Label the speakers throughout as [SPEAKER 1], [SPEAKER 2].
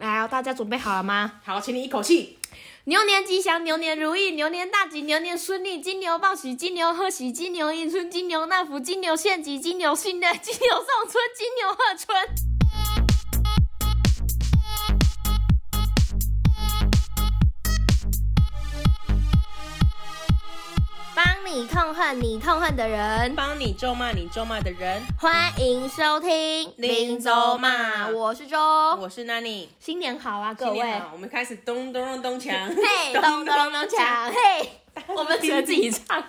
[SPEAKER 1] 好，哎大家准备好了吗？
[SPEAKER 2] 好，请你一口气。
[SPEAKER 1] 牛年吉祥，牛年如意，牛年大吉，牛年顺利，金牛报喜，金牛贺喜，金牛迎春，金牛纳福，金牛献吉，金牛信任，金牛送春，金牛贺春。帮你痛恨你痛恨的人，
[SPEAKER 2] 帮你咒骂你咒骂的人，
[SPEAKER 1] 欢迎收听《
[SPEAKER 2] 林州骂
[SPEAKER 1] 我是周。
[SPEAKER 2] 我是 Nani。
[SPEAKER 1] 新年好啊，哦各
[SPEAKER 2] 新
[SPEAKER 1] 位
[SPEAKER 2] 年！好，我们开始咚咚咚咚锵，
[SPEAKER 1] 嘿，咚咚咚咚锵，嘿，我们只能自己唱。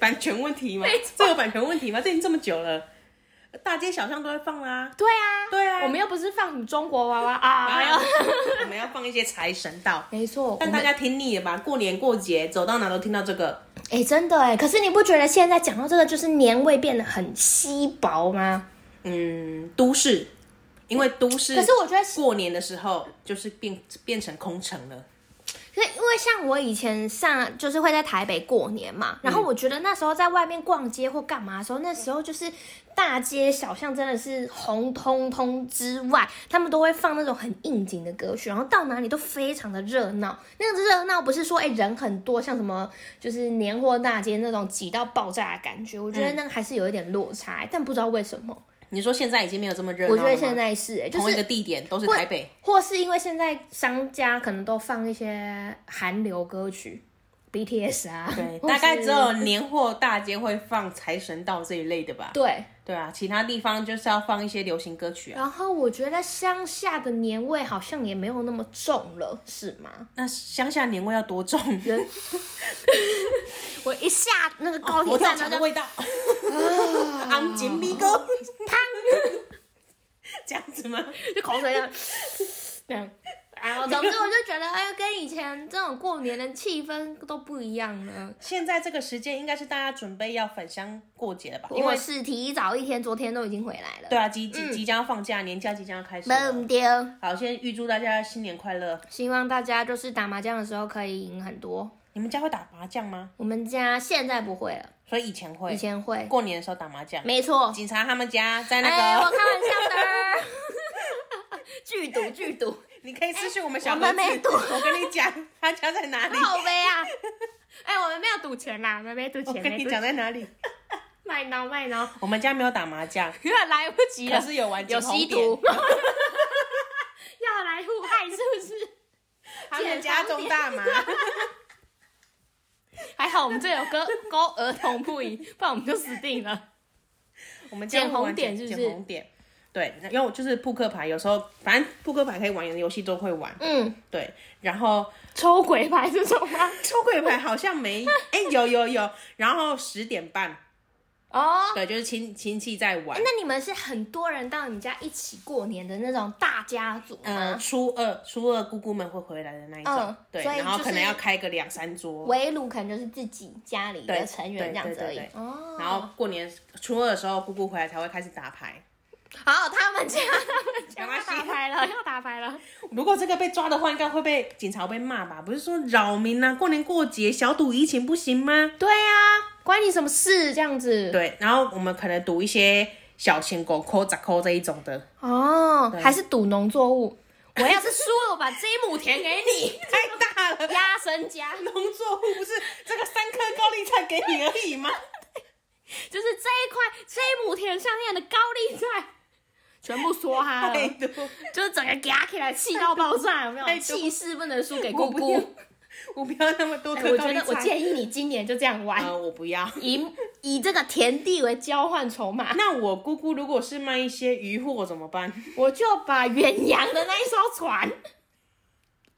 [SPEAKER 2] 版权问题吗
[SPEAKER 1] 没错？
[SPEAKER 2] 这有版权问题吗？这已经这么久了，大街小巷都在放啦、
[SPEAKER 1] 对啊，
[SPEAKER 2] 对啊
[SPEAKER 1] 我们又不是放什么中国娃娃啊，
[SPEAKER 2] 啊
[SPEAKER 1] 哎呦
[SPEAKER 2] 我们要放一些财神到，
[SPEAKER 1] 没错，我
[SPEAKER 2] 但
[SPEAKER 1] 们
[SPEAKER 2] 大家听腻了吧？过年过节走到哪都听到这个，
[SPEAKER 1] 哎、真的哎，可是你不觉得现在讲到这个，就是年味变得很稀薄吗？
[SPEAKER 2] 嗯，都市，因为都市，
[SPEAKER 1] 可是我觉得
[SPEAKER 2] 过年的时候就是变变成空城了，
[SPEAKER 1] 可是因为像我以前上就是会在台北过年嘛，然后我觉得那时候在外面逛街或干嘛的时候，那时候就是大街小巷真的是红彤彤之外，他们都会放那种很应景的歌曲，然后到哪里都非常的热闹。那个热闹不是说哎、人很多，像什么就是年货大街那种挤到爆炸的感觉，我觉得那个还是有一点落差、哎但不知道为什么，
[SPEAKER 2] 你说现在已经没有这么热闹
[SPEAKER 1] 我
[SPEAKER 2] 了
[SPEAKER 1] 觉
[SPEAKER 2] 吗？
[SPEAKER 1] 得现在是、哎，就
[SPEAKER 2] 同一
[SPEAKER 1] 是
[SPEAKER 2] 个地点都是台北，
[SPEAKER 1] 或是因为现在商家可能都放一些韩流歌曲，BTS 啊，
[SPEAKER 2] 对，
[SPEAKER 1] 或
[SPEAKER 2] 大概
[SPEAKER 1] 是
[SPEAKER 2] 只有年货大街会放财神到这一类的吧。
[SPEAKER 1] 对。
[SPEAKER 2] 对啊，其他地方就是要放一些流行歌曲啊。
[SPEAKER 1] 然后我觉得乡下的年味好像也没有那么重了，是吗？
[SPEAKER 2] 那乡下年味要 多重？
[SPEAKER 1] 人，我一下那个高铁
[SPEAKER 2] 佛跳
[SPEAKER 1] 站
[SPEAKER 2] 墙
[SPEAKER 1] 那
[SPEAKER 2] 的
[SPEAKER 1] 个
[SPEAKER 2] 味道，昂
[SPEAKER 1] 哦
[SPEAKER 2] 金米哥汤， 这样子吗？
[SPEAKER 1] 就口水这 样，这样。然后啊总之我就觉得，哎，跟以前这种过年的气氛都不一样了。
[SPEAKER 2] 现在这个时间应该是大家准备要返乡过节了吧？因
[SPEAKER 1] 我
[SPEAKER 2] 为
[SPEAKER 1] 是提早一天，昨天都已经回来了。
[SPEAKER 2] 对啊，即即即将要放假，年假即将要开始了。
[SPEAKER 1] 嗯，丢。
[SPEAKER 2] 好，先预祝大家新年快乐！
[SPEAKER 1] 希望大家就是打麻将的时候可以赢很多。
[SPEAKER 2] 你们家会打麻将吗？
[SPEAKER 1] 我们家现在不会了，
[SPEAKER 2] 所以以前会，
[SPEAKER 1] 以前会，
[SPEAKER 2] 过年的时候打麻将。
[SPEAKER 1] 没错。
[SPEAKER 2] 警察他们家在
[SPEAKER 1] 哎、
[SPEAKER 2] 那个，
[SPEAKER 1] 我开玩笑的， 剧毒剧毒，
[SPEAKER 2] 你可以私讯我们小
[SPEAKER 1] 我
[SPEAKER 2] 盒
[SPEAKER 1] 们
[SPEAKER 2] 子。
[SPEAKER 1] 没赌
[SPEAKER 2] 我跟你讲，他家在哪里？
[SPEAKER 1] 好悲啊！ 哎、我们没有赌钱啦，我们没赌
[SPEAKER 2] 我
[SPEAKER 1] 钱，
[SPEAKER 2] 跟
[SPEAKER 1] 没
[SPEAKER 2] 你
[SPEAKER 1] 赌
[SPEAKER 2] 讲
[SPEAKER 1] 钱，
[SPEAKER 2] 在哪里？
[SPEAKER 1] 卖挠卖挠，
[SPEAKER 2] 我们家没有打麻将，
[SPEAKER 1] 来不及
[SPEAKER 2] 可
[SPEAKER 1] 了，
[SPEAKER 2] 是有玩
[SPEAKER 1] 有
[SPEAKER 2] 金红
[SPEAKER 1] 吸
[SPEAKER 2] 点
[SPEAKER 1] 毒， 要来互害是不是？
[SPEAKER 2] 他们家种大麻。
[SPEAKER 1] 还好我们这有勾勾儿童不宜，不然我们就死定了。
[SPEAKER 2] 我们家会
[SPEAKER 1] 捡红
[SPEAKER 2] 玩
[SPEAKER 1] 点
[SPEAKER 2] 捡
[SPEAKER 1] 是不是
[SPEAKER 2] 捡红点，对，因为我就是扑克牌，有时候反正扑克牌可以玩的游戏都会玩。
[SPEAKER 1] 嗯，
[SPEAKER 2] 对，然 后
[SPEAKER 1] 抽鬼牌这种吗？
[SPEAKER 2] 抽鬼牌好像没，哎、有有有，然后十点半，
[SPEAKER 1] 哦、
[SPEAKER 2] 对，就是亲亲戚在玩
[SPEAKER 1] 欸。那你们是很多人到你们家一起过年的那种大家族
[SPEAKER 2] 嗯、
[SPEAKER 1] 吗？
[SPEAKER 2] 初二初二姑姑们会回来的那一种，
[SPEAKER 1] 嗯
[SPEAKER 2] 对，
[SPEAKER 1] 所以
[SPEAKER 2] 然后
[SPEAKER 1] 就
[SPEAKER 2] 可能
[SPEAKER 1] 是
[SPEAKER 2] 要开个两三桌，
[SPEAKER 1] 围炉可能就是自己家里的
[SPEAKER 2] 对
[SPEAKER 1] 成员
[SPEAKER 2] 对
[SPEAKER 1] 这样子而已
[SPEAKER 2] 对对。对
[SPEAKER 1] 哦，
[SPEAKER 2] 然后过年初二的时候，姑姑回来才会开始打牌。
[SPEAKER 1] 好，他们家他们家
[SPEAKER 2] 没关系
[SPEAKER 1] 要打牌了，要打牌了。
[SPEAKER 2] 如果这个被抓的话，应该会被警察被骂吧？不是说扰民啊，过年过节小赌怡情不行吗？
[SPEAKER 1] 对呀、关你什么事？这样子。
[SPEAKER 2] 对，然后我们可能赌一些小钱狗抠杂抠这一种的，
[SPEAKER 1] 哦，还是赌农作物。我要是输了，我把这一亩田给 你，
[SPEAKER 2] 太大了。
[SPEAKER 1] 压身家。
[SPEAKER 2] 农作物不是这个三颗高丽菜给你而已 吗？
[SPEAKER 1] 就是这一块这一亩田上面的高丽菜，全部说哈
[SPEAKER 2] 太
[SPEAKER 1] 了。
[SPEAKER 2] 多，
[SPEAKER 1] 就是整个夹起来，气到爆炸，有没
[SPEAKER 2] 太
[SPEAKER 1] 有？
[SPEAKER 2] 多
[SPEAKER 1] 气势不能输给姑
[SPEAKER 2] 我不要
[SPEAKER 1] 姑。，
[SPEAKER 2] 我不要那么多
[SPEAKER 1] 哎
[SPEAKER 2] 颗
[SPEAKER 1] 我
[SPEAKER 2] 高
[SPEAKER 1] 觉
[SPEAKER 2] 丽
[SPEAKER 1] 得
[SPEAKER 2] 菜。
[SPEAKER 1] 我建议你今年就这样玩，
[SPEAKER 2] 呃，我不要。
[SPEAKER 1] 以以这个田地为交换筹码，
[SPEAKER 2] 那我姑姑如果是卖一些鱼货怎么办？
[SPEAKER 1] 我就把远洋的那一艘船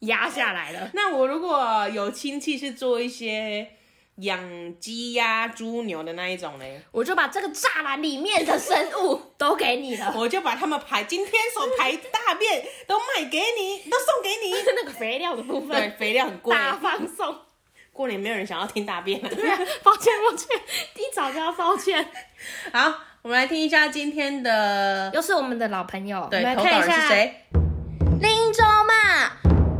[SPEAKER 1] 压下来了。
[SPEAKER 2] 那我如果有亲戚是做一些养鸡呀、猪牛的那一种嘞，
[SPEAKER 1] 我就把这个栅栏里面的生物都给你了，
[SPEAKER 2] 我就把他们排今天所排大便都卖给你，都送给你。
[SPEAKER 1] 那个肥料的部
[SPEAKER 2] 对，
[SPEAKER 1] 分
[SPEAKER 2] 肥料很贵，
[SPEAKER 1] 大放送。
[SPEAKER 2] 过年没有人想要听大便。
[SPEAKER 1] 抱歉，抱歉，一早就要抱歉。
[SPEAKER 2] 好，我们来听一下今天的
[SPEAKER 1] 又是我们的老朋友，
[SPEAKER 2] 对
[SPEAKER 1] 我们
[SPEAKER 2] 投
[SPEAKER 1] 来
[SPEAKER 2] 稿
[SPEAKER 1] 看一
[SPEAKER 2] 人是
[SPEAKER 1] 下
[SPEAKER 2] 谁？
[SPEAKER 1] 林州嘛，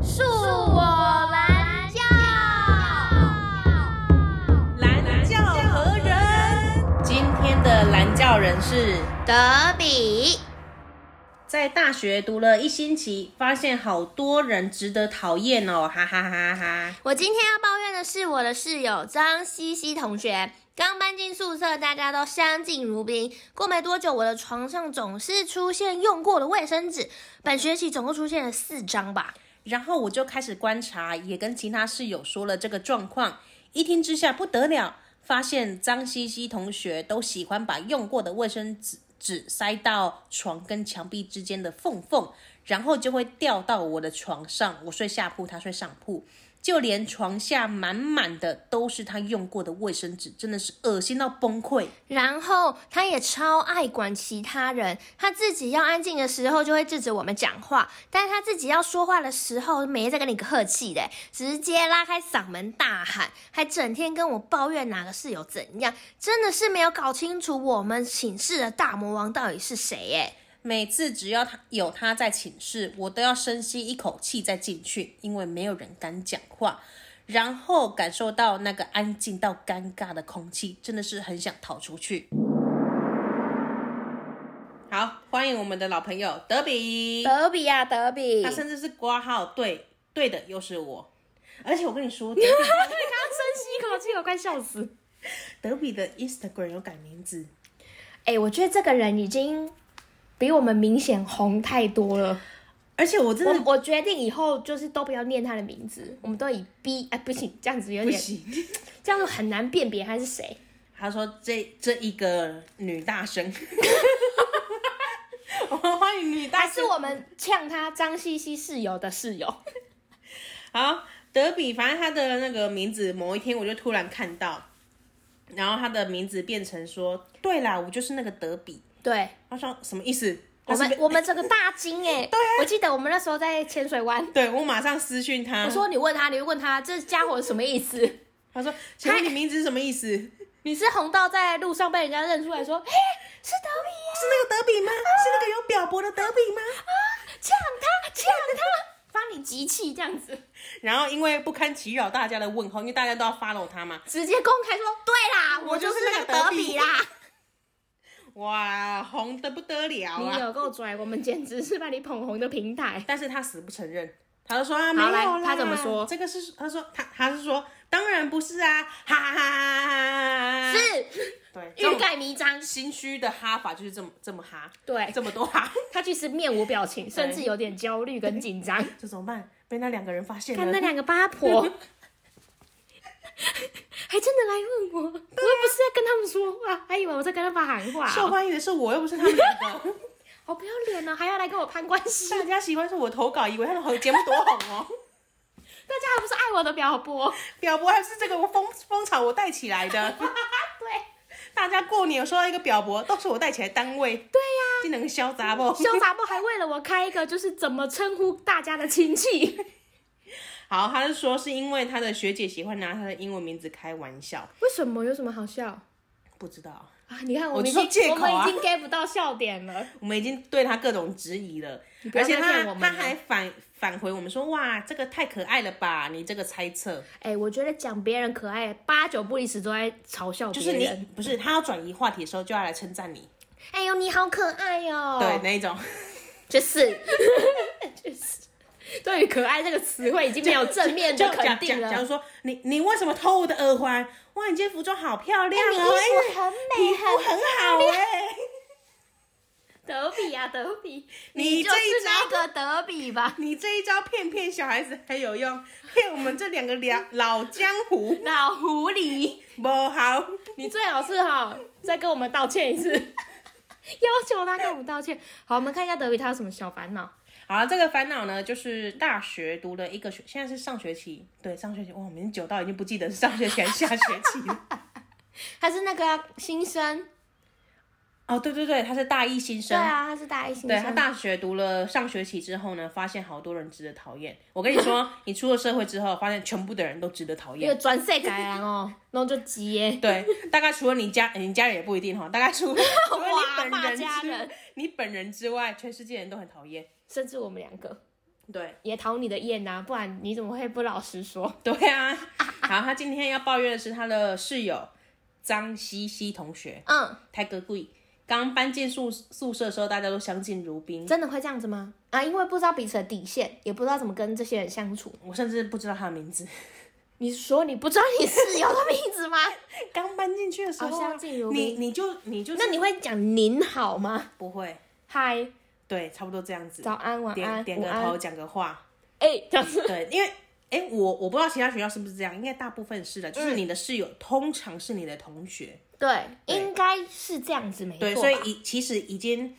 [SPEAKER 1] 恕我蓝教。
[SPEAKER 2] 蓝教何人？今天的蓝教人是
[SPEAKER 1] 德比，
[SPEAKER 2] 在大学读了一星期，发现好多人值得讨厌哦，哈哈哈哈！
[SPEAKER 1] 我今天要抱怨的是我的室友张西西同学。刚搬进宿舍，大家都相敬如宾。过没多久，我的床上总是出现用过的卫生纸，本学期总共出现了四张吧。
[SPEAKER 2] 然后我就开始观察，也跟其他室友说了这个状况。一听之下不得了，发现张西西同学都喜欢把用过的卫生纸纸塞到床跟墙壁之间的缝缝，然后就会掉到我的床上。我睡下铺，他睡上铺，就连床下满满的都是他用过的卫生纸，真的是恶心到崩溃。
[SPEAKER 1] 然后他也超爱管其他人，他自己要安静的时候就会制止我们讲话，但是他自己要说话的时候没在跟你客气的，直接拉开嗓门大喊，还整天跟我抱怨哪个室友怎样，真的是没有搞清楚我们寝室的大魔王到底是谁耶。
[SPEAKER 2] 每次只要他有他在寝室，我都要深吸一口气再进去，因为没有人敢讲话。然后感受到那个安静到尴尬的空气，真的是很想逃出去。好，欢迎我们的老朋友德比，
[SPEAKER 1] 德比啊，德比，
[SPEAKER 2] 他甚至是挂号，对对的，又是我。而且我跟你说，德比
[SPEAKER 1] 吸一口气，我快笑死。
[SPEAKER 2] 德比的 Instagram 有改名字，
[SPEAKER 1] 哎、我觉得这个人已经比我们明显红太多了。
[SPEAKER 2] 而且我真的
[SPEAKER 1] 我我决定以后就是都不要念他的名字，我们都以 B 哎不行，这样子有
[SPEAKER 2] 不
[SPEAKER 1] 点
[SPEAKER 2] 行。
[SPEAKER 1] 这样子很难辨别他是谁。
[SPEAKER 2] 他说这这一个女大生， 我们欢迎女大
[SPEAKER 1] 还是。
[SPEAKER 2] 生
[SPEAKER 1] 我们呛他张西西室友的室友？
[SPEAKER 2] 好，德比，反正他的那个名字，某一天我就突然看到，然后他的名字变成说，对啦，我就是那个德比。
[SPEAKER 1] 对
[SPEAKER 2] 他说什么意思？
[SPEAKER 1] 我
[SPEAKER 2] 他是
[SPEAKER 1] 们
[SPEAKER 2] 被
[SPEAKER 1] 我们这个大惊哎、对、我记得我们那时候在浅水湾，
[SPEAKER 2] 对我马上私讯他，
[SPEAKER 1] 我说你问他，你问他这家伙什么意思？
[SPEAKER 2] 他说，请问你名字是什么意思？是
[SPEAKER 1] 你是红到在路上被人家认出来说，嘿，是德比耶，
[SPEAKER 2] 那个德比 吗？是那个有表伯的德比吗？
[SPEAKER 1] 呛他呛他，帮你集气这样子。
[SPEAKER 2] 然后因为不堪其扰大家的问候，因为大家都要 follow 他嘛，
[SPEAKER 1] 直接公开说，对啦，我就是那个德比啦。
[SPEAKER 2] 哇，红的不得了啊！
[SPEAKER 1] 你有够拽，我们简直是把你捧红的平台。
[SPEAKER 2] 但是他死不承认，他就说啊没有
[SPEAKER 1] 来
[SPEAKER 2] 啦，
[SPEAKER 1] 他怎么说
[SPEAKER 2] 这个是他说他他是说当然不是啊，哈哈哈哈哈哈，
[SPEAKER 1] 是
[SPEAKER 2] 对，这
[SPEAKER 1] 欲
[SPEAKER 2] 种
[SPEAKER 1] 盖弥彰，
[SPEAKER 2] 心虚的哈法就是这么这么哈，
[SPEAKER 1] 对
[SPEAKER 2] 这么多哈，
[SPEAKER 1] 他其实面无表情，甚至有点焦虑跟紧 张。
[SPEAKER 2] 这怎么办？被那两个人发现
[SPEAKER 1] 看
[SPEAKER 2] 了
[SPEAKER 1] 那，两个八婆， 还真的来问我，我又不是在跟他们说话，还以为我在跟他们喊话，
[SPEAKER 2] 受欢迎的是我，又不是他们两个，
[SPEAKER 1] 好不要脸啊呢、还要来跟我攀关系，
[SPEAKER 2] 大家喜欢是我投稿，以为他们节目多红哦，
[SPEAKER 1] 大家还不是爱我的表播？
[SPEAKER 2] 表伯还是这个风风潮我带起来的，
[SPEAKER 1] 对，
[SPEAKER 2] 大家过年有收到一个表伯，都是我带起来单位，对呀、这能潇洒不？
[SPEAKER 1] 潇洒不还为了我开一个就是怎么称呼大家的亲 戚。
[SPEAKER 2] 好，他是说是因为他的学姐喜欢拿他的英文名字开玩笑，
[SPEAKER 1] 为什么？有什么好笑
[SPEAKER 2] 不知道，
[SPEAKER 1] 啊？你看，
[SPEAKER 2] 我
[SPEAKER 1] 们已
[SPEAKER 2] 说
[SPEAKER 1] 经
[SPEAKER 2] 借
[SPEAKER 1] 我
[SPEAKER 2] 口啊
[SPEAKER 1] 们已经 get 不到笑点了。
[SPEAKER 2] 我们已经对他各种质疑了，
[SPEAKER 1] 不要
[SPEAKER 2] 而且
[SPEAKER 1] 再
[SPEAKER 2] 他
[SPEAKER 1] 骗我们
[SPEAKER 2] 他
[SPEAKER 1] 了
[SPEAKER 2] 还反返回我们说，哇，这个太可爱了吧，你这个猜测
[SPEAKER 1] 哎、我觉得讲别人可爱，八九不离十都在嘲笑
[SPEAKER 2] 就是
[SPEAKER 1] 别
[SPEAKER 2] 你
[SPEAKER 1] 人。
[SPEAKER 2] 不是他要转移话题的时候就要来称赞你，
[SPEAKER 1] 哎呦，你好可爱哦、
[SPEAKER 2] 对，那一种，
[SPEAKER 1] 去死， 去死！对于“可爱”这个词汇已经没有正面
[SPEAKER 2] 就
[SPEAKER 1] 的肯
[SPEAKER 2] 讲
[SPEAKER 1] 定
[SPEAKER 2] 讲
[SPEAKER 1] 了。
[SPEAKER 2] 讲说你你为什么偷我的耳环？哇，你今天服装好漂亮
[SPEAKER 1] 你衣
[SPEAKER 2] 哦，哎，
[SPEAKER 1] 服很
[SPEAKER 2] 皮
[SPEAKER 1] 美，
[SPEAKER 2] 肤很 好哎，
[SPEAKER 1] 德比啊，德比，
[SPEAKER 2] 你
[SPEAKER 1] 就
[SPEAKER 2] 这一
[SPEAKER 1] 是
[SPEAKER 2] 招
[SPEAKER 1] 那个德比 吧？
[SPEAKER 2] 你这一招骗骗小孩子很有用，骗我们这两个老老江湖。
[SPEAKER 1] 老狐狸，
[SPEAKER 2] 不好，
[SPEAKER 1] 你最好是哈再跟我们道歉一次， 要求他跟我们道歉。好，我们看一下德比他有什么小烦恼。
[SPEAKER 2] 好，这个烦恼呢，就是大学读了一个学，现在是上学期，对，上学期，哇，我们已经久到已经不记得是上学期还是下学期了。
[SPEAKER 1] 他是那个、啊、新生，
[SPEAKER 2] 哦，对对对，他是大一新
[SPEAKER 1] 对
[SPEAKER 2] 生，
[SPEAKER 1] 啊，他是大一新
[SPEAKER 2] 对他
[SPEAKER 1] 生。
[SPEAKER 2] 大学读了上学期之后呢，发现好多人值得讨 厌。我跟你说，你出了社会之后，发现全部的人都值得讨
[SPEAKER 1] 因为
[SPEAKER 2] 厌。
[SPEAKER 1] 转世改人哦， 然后就急耶。
[SPEAKER 2] 对，大概除了你家，你家人也不一定哈，大概 除除了你本
[SPEAKER 1] 骂
[SPEAKER 2] 人
[SPEAKER 1] 家
[SPEAKER 2] 之
[SPEAKER 1] 人
[SPEAKER 2] 你本人之外，全世界人都很讨厌。
[SPEAKER 1] 甚至我们两个
[SPEAKER 2] 对，
[SPEAKER 1] 也讨你的厌呐、不然你怎么会不老实说？
[SPEAKER 2] 对啊。好，他今天要抱怨的是他的室友张西西同学。
[SPEAKER 1] 嗯，
[SPEAKER 2] 太可贵，刚搬进宿宿舍的时候，大家都相敬如宾。
[SPEAKER 1] 真的会这样子吗？啊，因为不知道彼此的底线，也不知道怎么跟这些人相处。
[SPEAKER 2] 我甚至不知道他的名字。
[SPEAKER 1] 哦你说你不知道你室友的名 字吗？
[SPEAKER 2] 刚搬进去的时候
[SPEAKER 1] 哦
[SPEAKER 2] 啊，
[SPEAKER 1] 相敬如
[SPEAKER 2] 你
[SPEAKER 1] 宾
[SPEAKER 2] 你就你就是
[SPEAKER 1] 那你会讲您好吗？
[SPEAKER 2] 不会，
[SPEAKER 1] 嗨，
[SPEAKER 2] 对，差不多这样子。
[SPEAKER 1] 早安，晚
[SPEAKER 2] 点
[SPEAKER 1] 安，
[SPEAKER 2] 点
[SPEAKER 1] 午
[SPEAKER 2] 个
[SPEAKER 1] 安
[SPEAKER 2] 头，。讲个话。
[SPEAKER 1] 哎、这样子。
[SPEAKER 2] 对，因为哎，我我不知道其他学校是不是这样，应该大部分是的，
[SPEAKER 1] 嗯
[SPEAKER 2] 就是你的室友通常是你的同学，
[SPEAKER 1] 对，应该是这样子，没错吧。
[SPEAKER 2] 对，所以已其实已经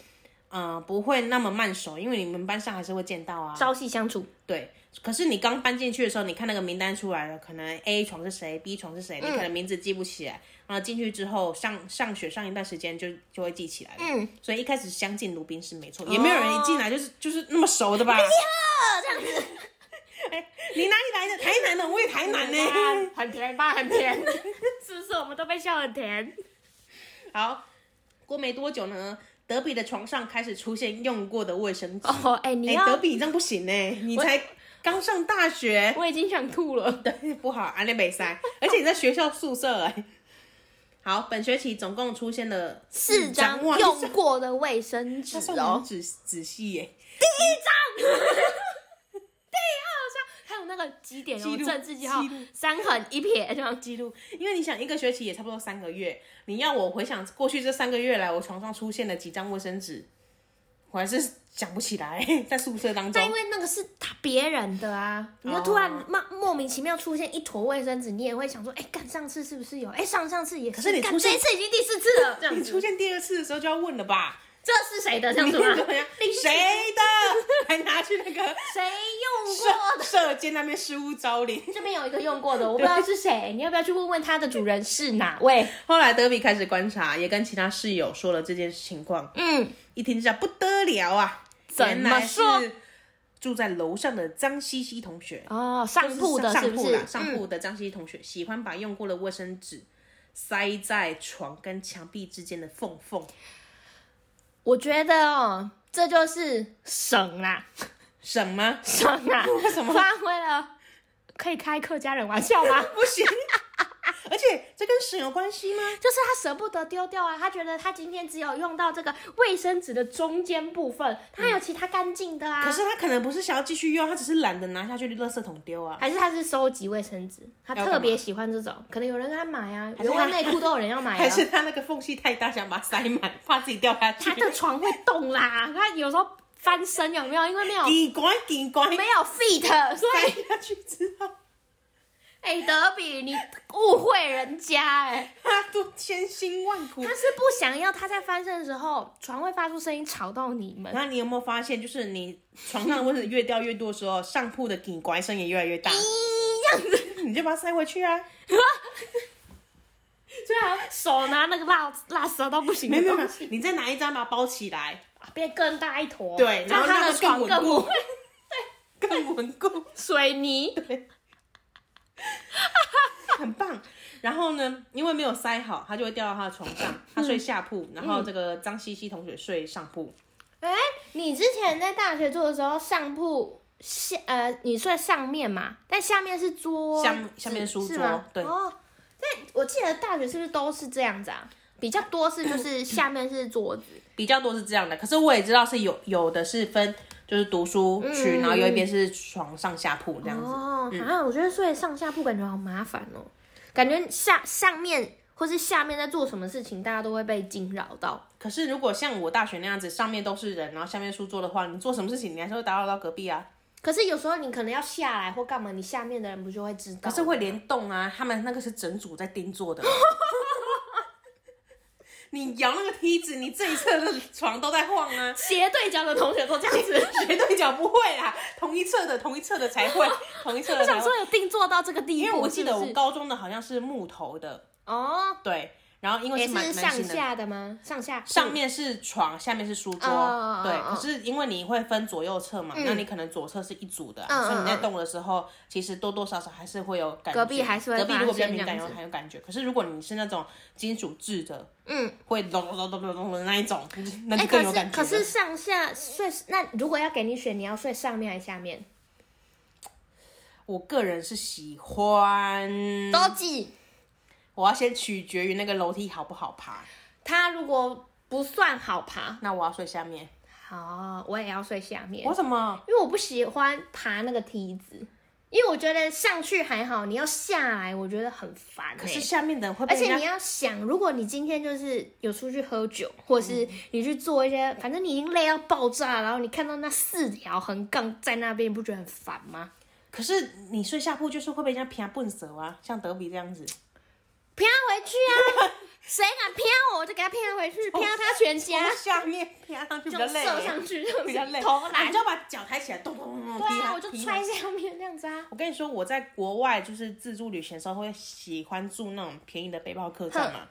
[SPEAKER 2] 呃不会那么慢熟，因为你们班上还是会见到啊。
[SPEAKER 1] 朝夕相处，
[SPEAKER 2] 对，可是你刚搬进去的时候，你看那个名单出来了，可能 A 床是谁，B 床是谁，
[SPEAKER 1] 嗯
[SPEAKER 2] 你可能名字记不起来。然后进去之后，上上学上一段时间就就会记起来了。
[SPEAKER 1] 嗯，哦
[SPEAKER 2] 所以一开始相敬如宾是没错，也没有人一进来就是、就是那么熟的吧？哎
[SPEAKER 1] 这样 子。
[SPEAKER 2] 你哪里来的？台南的，我也 台南呢、
[SPEAKER 1] 很甜吧，很甜， 是不是？我们都被笑很甜。
[SPEAKER 2] 好，过没多久呢，德比的床上开始出现用过的卫生纸。
[SPEAKER 1] 哦，哎、你
[SPEAKER 2] 哎、
[SPEAKER 1] 要，
[SPEAKER 2] 德比，你这样不行呢、你才刚上大学，
[SPEAKER 1] 我已经想吐了。
[SPEAKER 2] 对， 不好，安利北塞，而且你在学校宿舍哎、好，本学期总共出现了
[SPEAKER 1] 四张
[SPEAKER 2] 哇，
[SPEAKER 1] 用过的卫生纸
[SPEAKER 2] 他算的
[SPEAKER 1] 哦
[SPEAKER 2] 很，仔仔细耶、
[SPEAKER 1] 还有那个几点
[SPEAKER 2] 记
[SPEAKER 1] 哦，
[SPEAKER 2] 录
[SPEAKER 1] 正字记号
[SPEAKER 2] 记录，嗯
[SPEAKER 1] 三横一撇这样记录。
[SPEAKER 2] 因为你想一个学期也差不多三个月，你要我回想过去这三个月来，我床上出现了几张卫生纸，我还是想不起来， 在宿舍当
[SPEAKER 1] 但因
[SPEAKER 2] 中。
[SPEAKER 1] 为那个是他别人的啊，你就突然
[SPEAKER 2] 哦
[SPEAKER 1] 莫莫名其妙出现一坨卫生纸，你也会想说，哎、干上次是不是有？哎、上上次也
[SPEAKER 2] 可是你
[SPEAKER 1] 干
[SPEAKER 2] 出现
[SPEAKER 1] 这一次已经第四次 了，这样
[SPEAKER 2] 你出
[SPEAKER 1] 子，
[SPEAKER 2] 现第二次的时候就要问了吧？
[SPEAKER 1] 这是谁的？这样子吗？
[SPEAKER 2] 对呀，啊谁的？还拿去那个
[SPEAKER 1] 谁用 过的？
[SPEAKER 2] 射射箭那边失物招领。
[SPEAKER 1] 这边有一个用过的，我不知道是谁，你要不要去问问它的主人是哪位？
[SPEAKER 2] 后来德比开始观察，也跟其他室友说了这件情况。
[SPEAKER 1] 嗯，
[SPEAKER 2] 一听之下不得了啊！
[SPEAKER 1] 怎么
[SPEAKER 2] 原来是
[SPEAKER 1] 说
[SPEAKER 2] 住在楼上的张西西同学，
[SPEAKER 1] 哦，上铺的
[SPEAKER 2] 就是是
[SPEAKER 1] 不
[SPEAKER 2] 上铺
[SPEAKER 1] 是嗯
[SPEAKER 2] 啦？上铺的张西西同学、喜欢把用过的卫生纸塞在床跟墙壁之间的缝缝，
[SPEAKER 1] 我觉得哦，这就是省啦，
[SPEAKER 2] 什么？
[SPEAKER 1] 省啦，
[SPEAKER 2] 为什么
[SPEAKER 1] 发挥了？可以开客家人玩笑吗？
[SPEAKER 2] 不行！ 而且这跟省有关系吗？
[SPEAKER 1] 就是他舍不得丢掉啊，他觉得他今天只有用到这个卫生纸的中间部分，他还有其他干净的啊。
[SPEAKER 2] 可是他可能不是想要继续用，他只是懒得拿下去垃圾桶丢啊。
[SPEAKER 1] 还是他是收集卫生纸，他
[SPEAKER 2] 要干嘛
[SPEAKER 1] 特别喜欢这种，可能有人跟他买啊，
[SPEAKER 2] 是
[SPEAKER 1] 原
[SPEAKER 2] 他
[SPEAKER 1] 味内裤都有人要买
[SPEAKER 2] 还
[SPEAKER 1] 啊。
[SPEAKER 2] 是他那个缝隙太大，想把它塞满，怕自己掉下去
[SPEAKER 1] 他。的床会动啦， 他有时候翻身有没有？因为没 有
[SPEAKER 2] 紧关紧关，
[SPEAKER 1] 没有 feet，所
[SPEAKER 2] 塞
[SPEAKER 1] 以
[SPEAKER 2] 下去之后，
[SPEAKER 1] 哎、德比你误会人家哎、
[SPEAKER 2] 他都千辛万苦
[SPEAKER 1] 他是不想要他在翻身的时候床会发出声音吵到你们，
[SPEAKER 2] 然后你有没有发现，就是你床上的位置越掉越多的时候，上铺的顶拐声也越来越大，
[SPEAKER 1] 咦这样子，
[SPEAKER 2] 你就把它塞回去啊。
[SPEAKER 1] 虽然手拿那个辣辣舌到不行
[SPEAKER 2] 没
[SPEAKER 1] 的
[SPEAKER 2] 有没有，没
[SPEAKER 1] 东
[SPEAKER 2] 有
[SPEAKER 1] 西，
[SPEAKER 2] 你再拿一张把它包起来，
[SPEAKER 1] 变更大一坨，
[SPEAKER 2] 对，
[SPEAKER 1] 这
[SPEAKER 2] 然
[SPEAKER 1] 样
[SPEAKER 2] 后
[SPEAKER 1] 他
[SPEAKER 2] 让
[SPEAKER 1] 的
[SPEAKER 2] 它
[SPEAKER 1] 床
[SPEAKER 2] 更
[SPEAKER 1] 更
[SPEAKER 2] 稳
[SPEAKER 1] 不
[SPEAKER 2] 固
[SPEAKER 1] 会，
[SPEAKER 2] 更稳固，
[SPEAKER 1] 水泥，
[SPEAKER 2] 很棒。然后呢，因为没有塞好，它就会掉到他的床上，他睡下铺，然
[SPEAKER 1] 嗯
[SPEAKER 2] 后这个张西西同学睡上铺。
[SPEAKER 1] 哎、你之前在大学住的时候，上铺下呃，你睡上面嘛，但下面是桌，
[SPEAKER 2] 下下面书
[SPEAKER 1] 是吗
[SPEAKER 2] 桌对
[SPEAKER 1] 哦，但我记得大学是不是都是这样子啊？比较多是就是下面是桌子，
[SPEAKER 2] 比较多是这样的，可是我也知道是有有的是分就是读书区，
[SPEAKER 1] 嗯
[SPEAKER 2] 然后有一边是床上下铺这样子。嗯
[SPEAKER 1] 哦，啊，我觉得睡上下铺感觉好麻烦哦，感觉下上面或是下面在做什么事情，大家都会被惊扰到。
[SPEAKER 2] 可是如果像我大学那样子，上面都是人，然后下面书桌的话，你做什么事情你还是会打扰到隔壁啊，
[SPEAKER 1] 可是有时候你可能要下来或干嘛，你下面的人不就会知道？
[SPEAKER 2] 可是会联动啊。他们那个是整组在盯做的， 你摇那个梯子，你这一侧的床都在晃啊。
[SPEAKER 1] 斜对角的同学都这样 子。
[SPEAKER 2] 斜对角不会啦，同一侧的同一侧的才 会，同一侧
[SPEAKER 1] 我
[SPEAKER 2] 的才
[SPEAKER 1] 想
[SPEAKER 2] 会
[SPEAKER 1] 说。有定做到这个地步，
[SPEAKER 2] 因为我记
[SPEAKER 1] 是
[SPEAKER 2] 得
[SPEAKER 1] 不
[SPEAKER 2] 我
[SPEAKER 1] 是
[SPEAKER 2] 高中的好像是木头的，
[SPEAKER 1] 哦，
[SPEAKER 2] 对，然后因为
[SPEAKER 1] 也
[SPEAKER 2] 是蛮
[SPEAKER 1] 是
[SPEAKER 2] 蛮
[SPEAKER 1] 上
[SPEAKER 2] 新的。
[SPEAKER 1] 下的吗？上下
[SPEAKER 2] 上面是床，下面是书桌，
[SPEAKER 1] 哦哦哦
[SPEAKER 2] 对。
[SPEAKER 1] 哦
[SPEAKER 2] 可是因为你会分左右侧嘛，那你可能左侧是一组的啊、
[SPEAKER 1] 嗯
[SPEAKER 2] 所以你在
[SPEAKER 1] 嗯嗯
[SPEAKER 2] 动的时候，其实多多少少还是会有感觉。
[SPEAKER 1] 隔壁还是会
[SPEAKER 2] 隔壁如果比较
[SPEAKER 1] 发现
[SPEAKER 2] 敏感，
[SPEAKER 1] 这样
[SPEAKER 2] 有
[SPEAKER 1] 子
[SPEAKER 2] 还有感觉。可是如果你是那种金属制的，
[SPEAKER 1] 嗯，
[SPEAKER 2] 会咚咚咚咚咚咚的那一种，那
[SPEAKER 1] 哎、
[SPEAKER 2] 就
[SPEAKER 1] 可
[SPEAKER 2] 更有感
[SPEAKER 1] 是
[SPEAKER 2] 觉
[SPEAKER 1] 可
[SPEAKER 2] 了
[SPEAKER 1] 是上下睡，那如果要给你选，你要睡上面还是下面？
[SPEAKER 2] 我个人是喜欢，
[SPEAKER 1] 都记。
[SPEAKER 2] 我要先取决于那个楼梯好不好爬。
[SPEAKER 1] 他如果不算好爬。
[SPEAKER 2] 那我要睡下面。
[SPEAKER 1] 哎好，我也要睡下面
[SPEAKER 2] 我，怎么？
[SPEAKER 1] 因为我不喜欢爬那个梯子，因为我觉得上去还好，你要下来，我觉得很烦、欸。
[SPEAKER 2] 可是下面的人会
[SPEAKER 1] 而
[SPEAKER 2] 被
[SPEAKER 1] 且
[SPEAKER 2] 人
[SPEAKER 1] 你
[SPEAKER 2] 家
[SPEAKER 1] 要想，如果你今天就是有出去喝酒，或
[SPEAKER 2] 嗯
[SPEAKER 1] 是你去做一些，反正你已经累到爆炸，然后你看到那四条横杠在那边，你不觉得很烦吗？
[SPEAKER 2] 可是你睡下铺就是会被人家啪笨蛇啊，像德比这样子。
[SPEAKER 1] 飘回去啊！ 谁敢飘我，我就给他飘回去，飘他全家，
[SPEAKER 2] 从下面啪上去哦比
[SPEAKER 1] 就
[SPEAKER 2] 较累，欸
[SPEAKER 1] 射上去，就
[SPEAKER 2] 比较累，
[SPEAKER 1] 投
[SPEAKER 2] 啊你
[SPEAKER 1] 篮
[SPEAKER 2] 就。要把脚抬起来，咚咚咚咚。
[SPEAKER 1] 对
[SPEAKER 2] 踢
[SPEAKER 1] 啊，
[SPEAKER 2] 它
[SPEAKER 1] 我就
[SPEAKER 2] 踢它
[SPEAKER 1] 踹
[SPEAKER 2] 嗯
[SPEAKER 1] 下面那样子啊。
[SPEAKER 2] 我跟你说，我在国外就是自助旅行的时候，会喜欢住那种便宜的背包客栈嘛，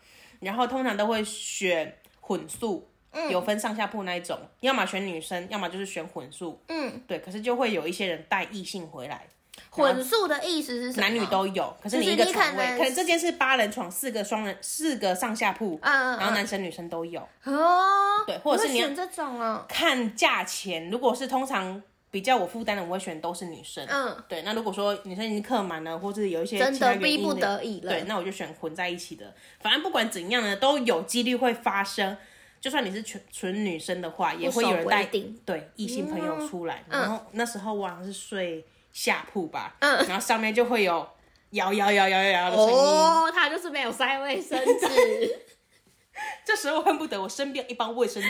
[SPEAKER 2] 然后通常都会选混宿，
[SPEAKER 1] 嗯
[SPEAKER 2] 有分上下铺那一种，要么选女生，要么就是选混宿，
[SPEAKER 1] 嗯，
[SPEAKER 2] 对。可是就会有一些人带异性回来，
[SPEAKER 1] 混宿的意思是什么？
[SPEAKER 2] 啊男女都有，可是
[SPEAKER 1] 哦就是
[SPEAKER 2] 一个
[SPEAKER 1] 你
[SPEAKER 2] 床
[SPEAKER 1] 可
[SPEAKER 2] 位，
[SPEAKER 1] 能
[SPEAKER 2] 可能这间是八人床，四个双人，四个上下铺，
[SPEAKER 1] 嗯嗯
[SPEAKER 2] 然后男生女生都有，
[SPEAKER 1] 哦，
[SPEAKER 2] 对或者是
[SPEAKER 1] 我
[SPEAKER 2] 你
[SPEAKER 1] 会选这种哦，
[SPEAKER 2] 看价钱，如果是通常。比较我负担的，我会选都是女生。
[SPEAKER 1] 嗯，
[SPEAKER 2] 对。那如果说女生已经客满了，或者有一些
[SPEAKER 1] 真
[SPEAKER 2] 其他
[SPEAKER 1] 的
[SPEAKER 2] 原
[SPEAKER 1] 逼
[SPEAKER 2] 因
[SPEAKER 1] 不
[SPEAKER 2] 的
[SPEAKER 1] 得已了
[SPEAKER 2] 对，。那我就选混在一起的。反正不管怎样呢，都有几率会发生。就算你是纯纯女生的话，也会有人
[SPEAKER 1] 不
[SPEAKER 2] 带
[SPEAKER 1] 守规定嗯
[SPEAKER 2] 对异性朋友出来。然后那时候我好像是睡下铺吧，
[SPEAKER 1] 嗯
[SPEAKER 2] 然后上面就会有摇摇摇摇摇摇的声音。
[SPEAKER 1] 哦，他就是没有塞卫生纸，
[SPEAKER 2] 这时候恨不得我身边有一包卫生纸，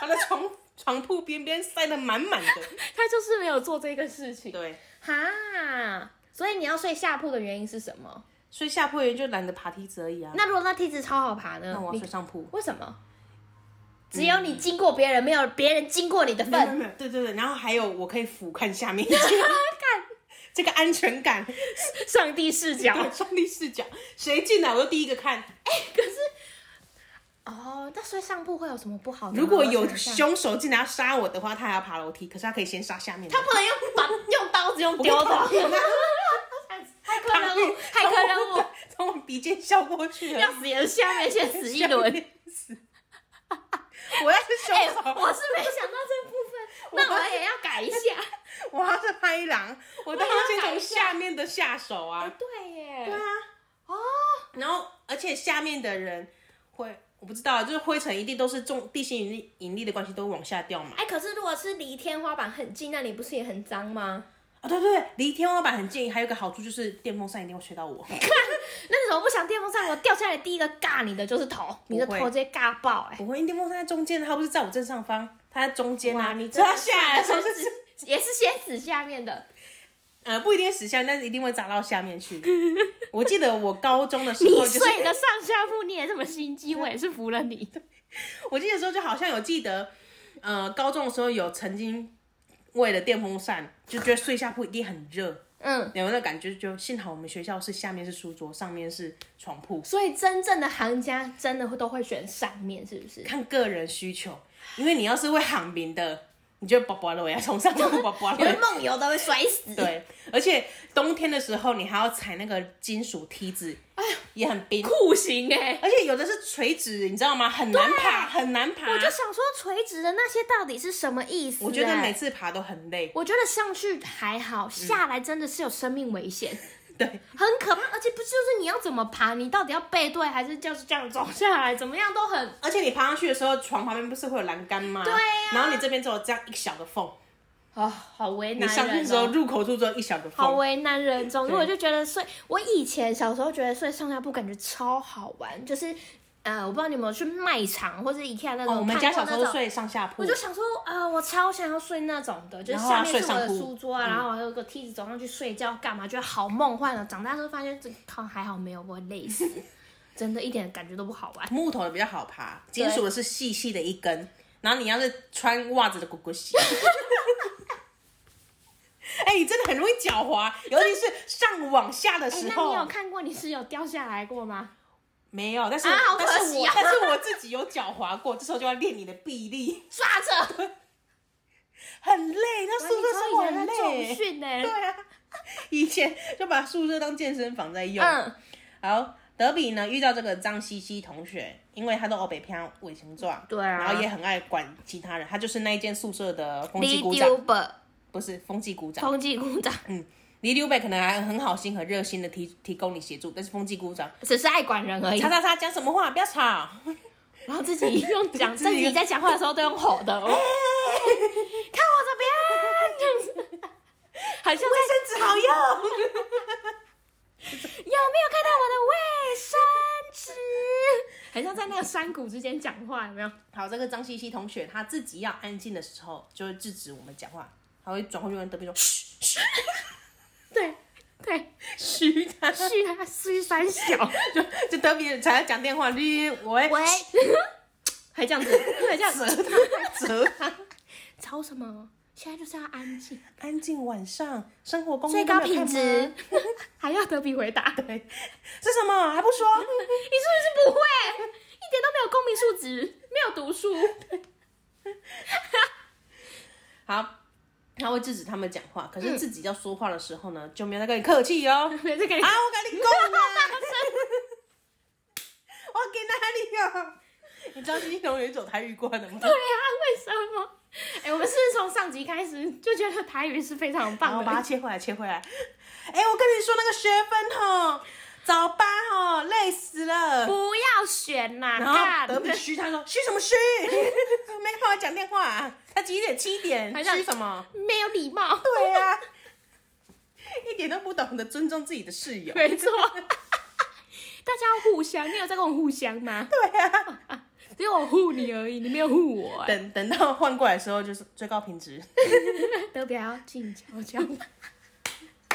[SPEAKER 2] 他的床床铺边边塞得满满的。
[SPEAKER 1] 他就是没有做这个事情。
[SPEAKER 2] 对，
[SPEAKER 1] 哈，所以你要睡下铺的原因是什么？
[SPEAKER 2] 睡下铺也就懒得爬梯子而已啊。
[SPEAKER 1] 那如果那梯子超好爬呢
[SPEAKER 2] 那我？要
[SPEAKER 1] 你
[SPEAKER 2] 睡上铺。
[SPEAKER 1] 为什么？只有你经过别人，没有别人经过你的份，
[SPEAKER 2] 对对对，然后还有我可以俯瞰下 面， 这个安全感，
[SPEAKER 1] 上帝视角。
[SPEAKER 2] 对上帝视角，谁进来我就第一个看。
[SPEAKER 1] 哦，那睡上铺会有什么不好的吗？
[SPEAKER 2] 如果有
[SPEAKER 1] 我想一下
[SPEAKER 2] 凶手进来要杀我的话，他还要爬楼梯，可是他可以先杀下面的。
[SPEAKER 1] 他不能用把用刀子用丢的，
[SPEAKER 2] 我跟你 讲
[SPEAKER 1] 骇客任务，骇客任务，，
[SPEAKER 2] 从我鼻尖削过去 了，
[SPEAKER 1] 要死也是下面先死一
[SPEAKER 2] 下
[SPEAKER 1] 轮。
[SPEAKER 2] 面死。我要是
[SPEAKER 1] 哎、
[SPEAKER 2] 凶手，
[SPEAKER 1] 我是没想到这部分， 那我也要改一下。
[SPEAKER 2] 我要是拍狼，我当然先从下面的下手 啊。
[SPEAKER 1] 哎对耶，
[SPEAKER 2] 对啊，
[SPEAKER 1] 哦，
[SPEAKER 2] 然后而且下面的人会，我不知道，就是灰尘一定都是重地心引力引力的关系，都会往下掉嘛。
[SPEAKER 1] 哎、可是如果是离天花板很近，那你不是也很脏吗？
[SPEAKER 2] 啊、对对对，离天花板很近，还有一个好处就是电风扇一定会吹到我，
[SPEAKER 1] 那怎么不想电风扇？我掉下来第一个尬你的就是头，你的
[SPEAKER 2] 不会
[SPEAKER 1] 头直接尬爆哎、
[SPEAKER 2] 不会，因为电风扇在中间，它不是在我正上方，它在中间啊。
[SPEAKER 1] 哇你
[SPEAKER 2] 所以它
[SPEAKER 1] 真的
[SPEAKER 2] 下来的时候
[SPEAKER 1] 是
[SPEAKER 2] 就是，
[SPEAKER 1] 也是先死下面的。
[SPEAKER 2] 呃，不一定死下，但是一定会砸到下面去。我记得我高中的时
[SPEAKER 1] 你
[SPEAKER 2] 候就是，
[SPEAKER 1] 睡的上下铺，你也这么心机，我也是服了 你。
[SPEAKER 2] 我记得说就好像有记得，呃，高中的时候有曾经为了电风扇就觉得睡下铺一定很热，
[SPEAKER 1] 嗯，
[SPEAKER 2] 有那个感觉就幸好我们学校是下面是书桌，上面是床铺，
[SPEAKER 1] 所以真正的行家真的都会选上面，是不 是？
[SPEAKER 2] 看个人需求，因为你要是会喊名的，你就叭叭落呀，从上面叭叭
[SPEAKER 1] 有人
[SPEAKER 2] 落。
[SPEAKER 1] 梦游都会摔死。
[SPEAKER 2] 对，而且冬天的时候你还要踩那个金属梯子，哎呀，也很冰。
[SPEAKER 1] 酷刑哎、
[SPEAKER 2] 而且有的是垂直，你知道吗？很难爬，很难爬。
[SPEAKER 1] 我就想说垂直的那些到底是什么意思、
[SPEAKER 2] 啊我觉得
[SPEAKER 1] 哎
[SPEAKER 2] 每次嗯爬都很累。
[SPEAKER 1] 我觉得上去还好，下来真的是有生命危险，
[SPEAKER 2] 对，
[SPEAKER 1] 很可怕。而且不就是你要怎么爬，你到底要背对还是就是这样走下来，怎么样都很。
[SPEAKER 2] 而且你爬上去的时候，床旁边不是会有栏杆吗？
[SPEAKER 1] 对呀
[SPEAKER 2] 然后你这边只有这样一小的缝，
[SPEAKER 1] 哦，好为
[SPEAKER 2] 你
[SPEAKER 1] 难
[SPEAKER 2] 上去
[SPEAKER 1] 人、
[SPEAKER 2] 之后
[SPEAKER 1] 哦。
[SPEAKER 2] 入口处只有一小个
[SPEAKER 1] 好
[SPEAKER 2] 缝。
[SPEAKER 1] 为难人中，所以我就觉得睡，我以前小时候觉得睡上下铺感觉超好玩，就是，呃，我不知道你有没有去卖场或者 IKEA 那种，
[SPEAKER 2] 哦，我们
[SPEAKER 1] 看
[SPEAKER 2] 家
[SPEAKER 1] 过
[SPEAKER 2] 小时
[SPEAKER 1] 那
[SPEAKER 2] 候
[SPEAKER 1] 种
[SPEAKER 2] 睡上下铺
[SPEAKER 1] 我，就想说，啊，我超想要睡那种的，就是
[SPEAKER 2] 然后啊
[SPEAKER 1] 下面是我
[SPEAKER 2] 睡上
[SPEAKER 1] 的
[SPEAKER 2] 铺嗯
[SPEAKER 1] 书桌啊，然后还有个梯子走上去睡觉，干嘛？觉得好梦幻啊！长大之后发现，这靠还好没有，我会累 死，真的一点感觉都不好玩。
[SPEAKER 2] 木头的比较好爬，
[SPEAKER 1] 对
[SPEAKER 2] 金属的是细细的一根，然后你要是穿袜子的咕咕鞋。 哎、你真的很容易狡猾，尤其是上往下的
[SPEAKER 1] 哎、
[SPEAKER 2] 时
[SPEAKER 1] 那
[SPEAKER 2] 候。
[SPEAKER 1] 你有看过你室友掉下来过吗？
[SPEAKER 2] 没有，但是、
[SPEAKER 1] 啊好可
[SPEAKER 2] 但是
[SPEAKER 1] 惜
[SPEAKER 2] 我
[SPEAKER 1] 啊
[SPEAKER 2] 但是我自己有狡猾过，这时候就要练你的臂力，
[SPEAKER 1] 抓着，
[SPEAKER 2] 很累。那宿舍生活
[SPEAKER 1] 哎你
[SPEAKER 2] 很
[SPEAKER 1] 知道以前在重
[SPEAKER 2] 累。
[SPEAKER 1] 训呢、
[SPEAKER 2] 对啊， 以前就把宿舍当健身房在用。
[SPEAKER 1] 嗯，
[SPEAKER 2] 好，德比呢遇到这个张西西同学，因为他都欧北漂尾形状，
[SPEAKER 1] 对啊
[SPEAKER 2] 然后也很爱管其他人，他就是那一间宿舍的风纪嗯
[SPEAKER 1] 离
[SPEAKER 2] 股长，
[SPEAKER 1] 丢吧，
[SPEAKER 2] 不是风纪股长。
[SPEAKER 1] 空气鼓掌，
[SPEAKER 2] 李刘北可能还很好心和热心的提提供你协助，但是风纪股长，
[SPEAKER 1] 只是爱管人而已
[SPEAKER 2] 叉。叉叉讲什么话，不要吵。
[SPEAKER 1] 然后自 己用讲，
[SPEAKER 2] 自
[SPEAKER 1] 自
[SPEAKER 2] 己
[SPEAKER 1] 己在讲话的时候都用吼的， 哦看我这边， 这样子，很像在
[SPEAKER 2] 卫生纸好
[SPEAKER 1] 有
[SPEAKER 2] 用。
[SPEAKER 1] 没有看到我的卫生纸？很像在那个山谷之间讲话，有没有？
[SPEAKER 2] 好，这个张茜茜同学她自己要安静的时候，就会制止我们讲话，她会转过去跟德斌说：“嘘嘘
[SPEAKER 1] 对对，
[SPEAKER 2] 嘘他。
[SPEAKER 1] 去他虚三小，
[SPEAKER 2] 就”就德斌才要讲电话，你喂
[SPEAKER 1] 喂， 还这样子，还这样
[SPEAKER 2] 折
[SPEAKER 1] 子，
[SPEAKER 2] 他折他。
[SPEAKER 1] 吵什么？现在就是要安静，
[SPEAKER 2] 安静晚上生活公益
[SPEAKER 1] 最
[SPEAKER 2] 都
[SPEAKER 1] 高
[SPEAKER 2] 没有
[SPEAKER 1] 品
[SPEAKER 2] 看
[SPEAKER 1] 质
[SPEAKER 2] 吗，
[SPEAKER 1] 还要德比回答。
[SPEAKER 2] 对，是什么还不 说？
[SPEAKER 1] 你是不是不会？一点都没有公民素质，没有读书。
[SPEAKER 2] 好，他会制止他们讲话，可是自己要说话的时候呢，嗯就没有在跟你客 气哦。啊，
[SPEAKER 1] 这个
[SPEAKER 2] 我
[SPEAKER 1] 你
[SPEAKER 2] 跟你讲啊，
[SPEAKER 1] 声，
[SPEAKER 2] 我给哪里啊？你知道金星同学有一种台语观的 吗？
[SPEAKER 1] 对啊，为什么？哎、我们是不是从上集开始就觉得台语是非常
[SPEAKER 2] 好，
[SPEAKER 1] 棒
[SPEAKER 2] 我
[SPEAKER 1] 的？
[SPEAKER 2] 把它切回来，切回来。哎、我跟你说那个学分吼，早八吼，累死了。
[SPEAKER 1] 不要选啦，
[SPEAKER 2] 然后德
[SPEAKER 1] 干
[SPEAKER 2] 比虚，他说虚什么虚？ 没看我讲电话、啊他几点？七点？
[SPEAKER 1] 还想
[SPEAKER 2] 虚什么？
[SPEAKER 1] 没有礼貌，
[SPEAKER 2] 对呀、啊， 一点都不懂得尊重自己的室友。
[SPEAKER 1] 没错。 大家要互相，你有在跟我互相吗？
[SPEAKER 2] 对啊，
[SPEAKER 1] 只有我护你而已，你没有护我、哎，
[SPEAKER 2] 等等到换过来的时候，就是最高品质。
[SPEAKER 1] 德比还要静悄悄， 好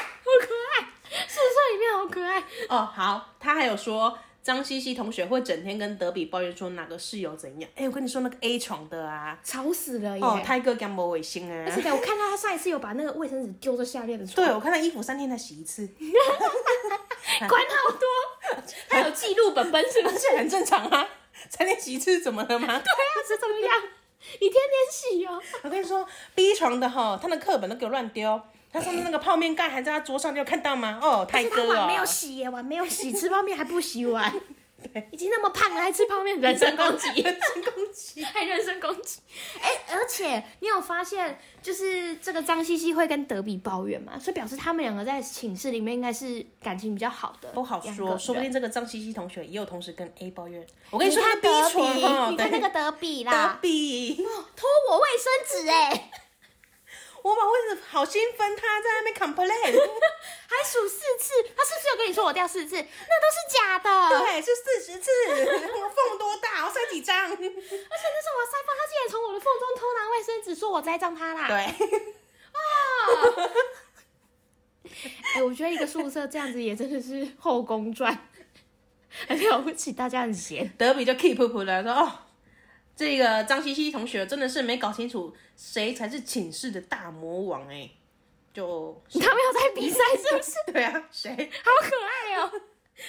[SPEAKER 1] 可爱，宿舍里面好可爱。
[SPEAKER 2] 哦，好，他还有说。张茜茜同学会整天跟德比抱怨说哪个室友怎样。哎、我跟你说那个 A 床的啊，
[SPEAKER 1] 吵死了耶！
[SPEAKER 2] 哦，泰哥干某卫星啊
[SPEAKER 1] 而，且我看到他上一次有把那个卫生纸丢在下面的床，
[SPEAKER 2] 对我看他衣服三天才洗 一次，
[SPEAKER 1] 管好多，他有记录本本是不
[SPEAKER 2] 而
[SPEAKER 1] 是？
[SPEAKER 2] 且很正常啊，三天洗一次怎么 了吗？
[SPEAKER 1] 对啊，是怎么样？你天天洗哦，
[SPEAKER 2] 我跟你说，B 床的哈，他的课本都给我乱丢，他上面那个泡面盖还在他桌上，你有看到吗？哦，泰
[SPEAKER 1] 而且
[SPEAKER 2] 哥
[SPEAKER 1] 他
[SPEAKER 2] 哦
[SPEAKER 1] 碗，没有洗耶，碗没有洗，吃泡面还不洗碗，
[SPEAKER 2] 对，
[SPEAKER 1] 已经那么胖了还吃泡面，人身攻击，
[SPEAKER 2] 人身攻击。
[SPEAKER 1] 还人身攻击。哎、而且你有发现，就是这个张茜茜会跟德比抱怨嘛，所以表示他们两个在寝室里面应该是感情比较好的，
[SPEAKER 2] 不好说，说不定。这个张茜茜同学也有同时跟 A 抱怨。我跟
[SPEAKER 1] 你
[SPEAKER 2] 你说，
[SPEAKER 1] 看
[SPEAKER 2] 他
[SPEAKER 1] 德
[SPEAKER 2] B 床哈，
[SPEAKER 1] 比，你看那
[SPEAKER 2] 对
[SPEAKER 1] 个德比
[SPEAKER 2] 德
[SPEAKER 1] 啦，
[SPEAKER 2] 比，
[SPEAKER 1] 偷我卫生纸哎、
[SPEAKER 2] 我把位置好兴奋，他在那边 complain，
[SPEAKER 1] 还数四次，他是不是有跟你说我掉四次？那都是假的。
[SPEAKER 2] 对，是四十次， 我缝多大？我塞 几张？
[SPEAKER 1] 而且那时候我塞饭，他竟然从我的缝中偷拿卫生纸，说我栽赃他啦。
[SPEAKER 2] 对，
[SPEAKER 1] 啊！哎、我觉得一个宿舍这样子也真的是后宫 传，很了不起，大家很闲。
[SPEAKER 2] 德比就 keep up 了，说哦，这个张茜茜同学真的是没搞清楚谁才是寝室的大魔王哎、 就
[SPEAKER 1] 他们有在比赛是不是？
[SPEAKER 2] 对啊，谁
[SPEAKER 1] 好可爱哦、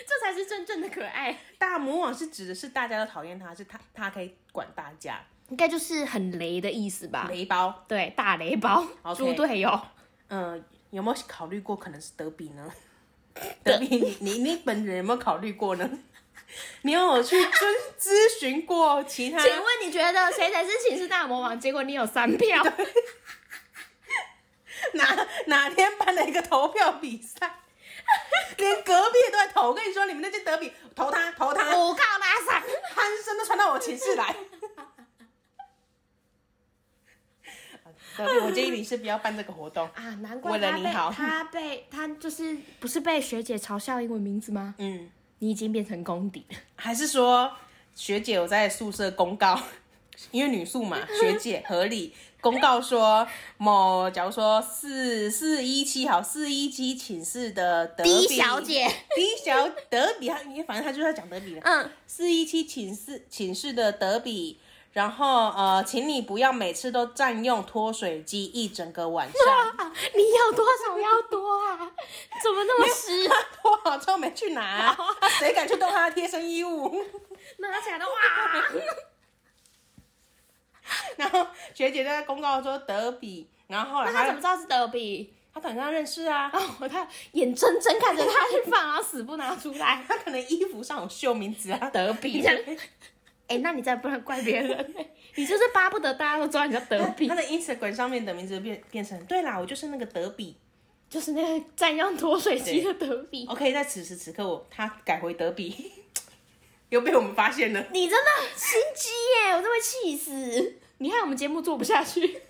[SPEAKER 1] 这才是真正的可爱，
[SPEAKER 2] 大魔王是指的是大家都讨厌他，是他他可以管大家
[SPEAKER 1] 应该就是很雷的意思吧？
[SPEAKER 2] 雷包。
[SPEAKER 1] 对，大雷包
[SPEAKER 2] OK
[SPEAKER 1] 猪队友。
[SPEAKER 2] 嗯，有没有考虑过可能是德比呢？德比，你你你本人有没有考虑过呢？ 你有去遵咨询过其他？
[SPEAKER 1] 请问你觉得谁才是寝室大魔王？结果你有三票。
[SPEAKER 2] 哪哪天办了一个投票比 赛，连隔壁都在投。我跟你说，你们那些德比投他投他，
[SPEAKER 1] 五靠拉萨，
[SPEAKER 2] 鼾声都传到我寝室 来。德比，我建议你是不要办这个活动。
[SPEAKER 1] 啊，难怪
[SPEAKER 2] 为了
[SPEAKER 1] 他
[SPEAKER 2] 你
[SPEAKER 1] 被
[SPEAKER 2] 好
[SPEAKER 1] 他被他就是不是被学姐嘲笑英文名字吗？
[SPEAKER 2] 嗯，
[SPEAKER 1] 你已经变成公敌了，
[SPEAKER 2] 还是说学姐有在宿舍公告， 因为女宿 嘛，学姐合理公告说某，假如说四四一七好四一七寝室的德比
[SPEAKER 1] 低小姐
[SPEAKER 2] ，D 小德比，她因为反正她就是在讲德比了，
[SPEAKER 1] 嗯，
[SPEAKER 2] 四一七寝室寝室的德比。然后呃，请你不要每次都占用脱水机一整个 晚上，
[SPEAKER 1] 啊，你要多少要多啊，怎么那么湿？
[SPEAKER 2] 脱好之后没去 拿，谁敢去动她的贴身衣物？
[SPEAKER 1] 拿起来的哇，
[SPEAKER 2] 然后学姐在公告说德比，然后后来
[SPEAKER 1] 那
[SPEAKER 2] 她
[SPEAKER 1] 他怎么知道是德比？
[SPEAKER 2] 他可能跟他认识啊，
[SPEAKER 1] 哦，他眼睁睁看着他去放，然后死不拿出来。
[SPEAKER 2] 他可能衣服上有绣名字啊，
[SPEAKER 1] 德比这样哎、那你再不能怪别人、你就是巴不得大家都知道你叫德比
[SPEAKER 2] 他，的 Instagram 上面的名字变变成，对啦，我就是那个德比。
[SPEAKER 1] 就是那个占用脱水机的德比。
[SPEAKER 2] OK，在此时此刻我他改回德比， 又被我们发现了。
[SPEAKER 1] 你真的很心机耶，我都会气死。你看我们节目做不下去，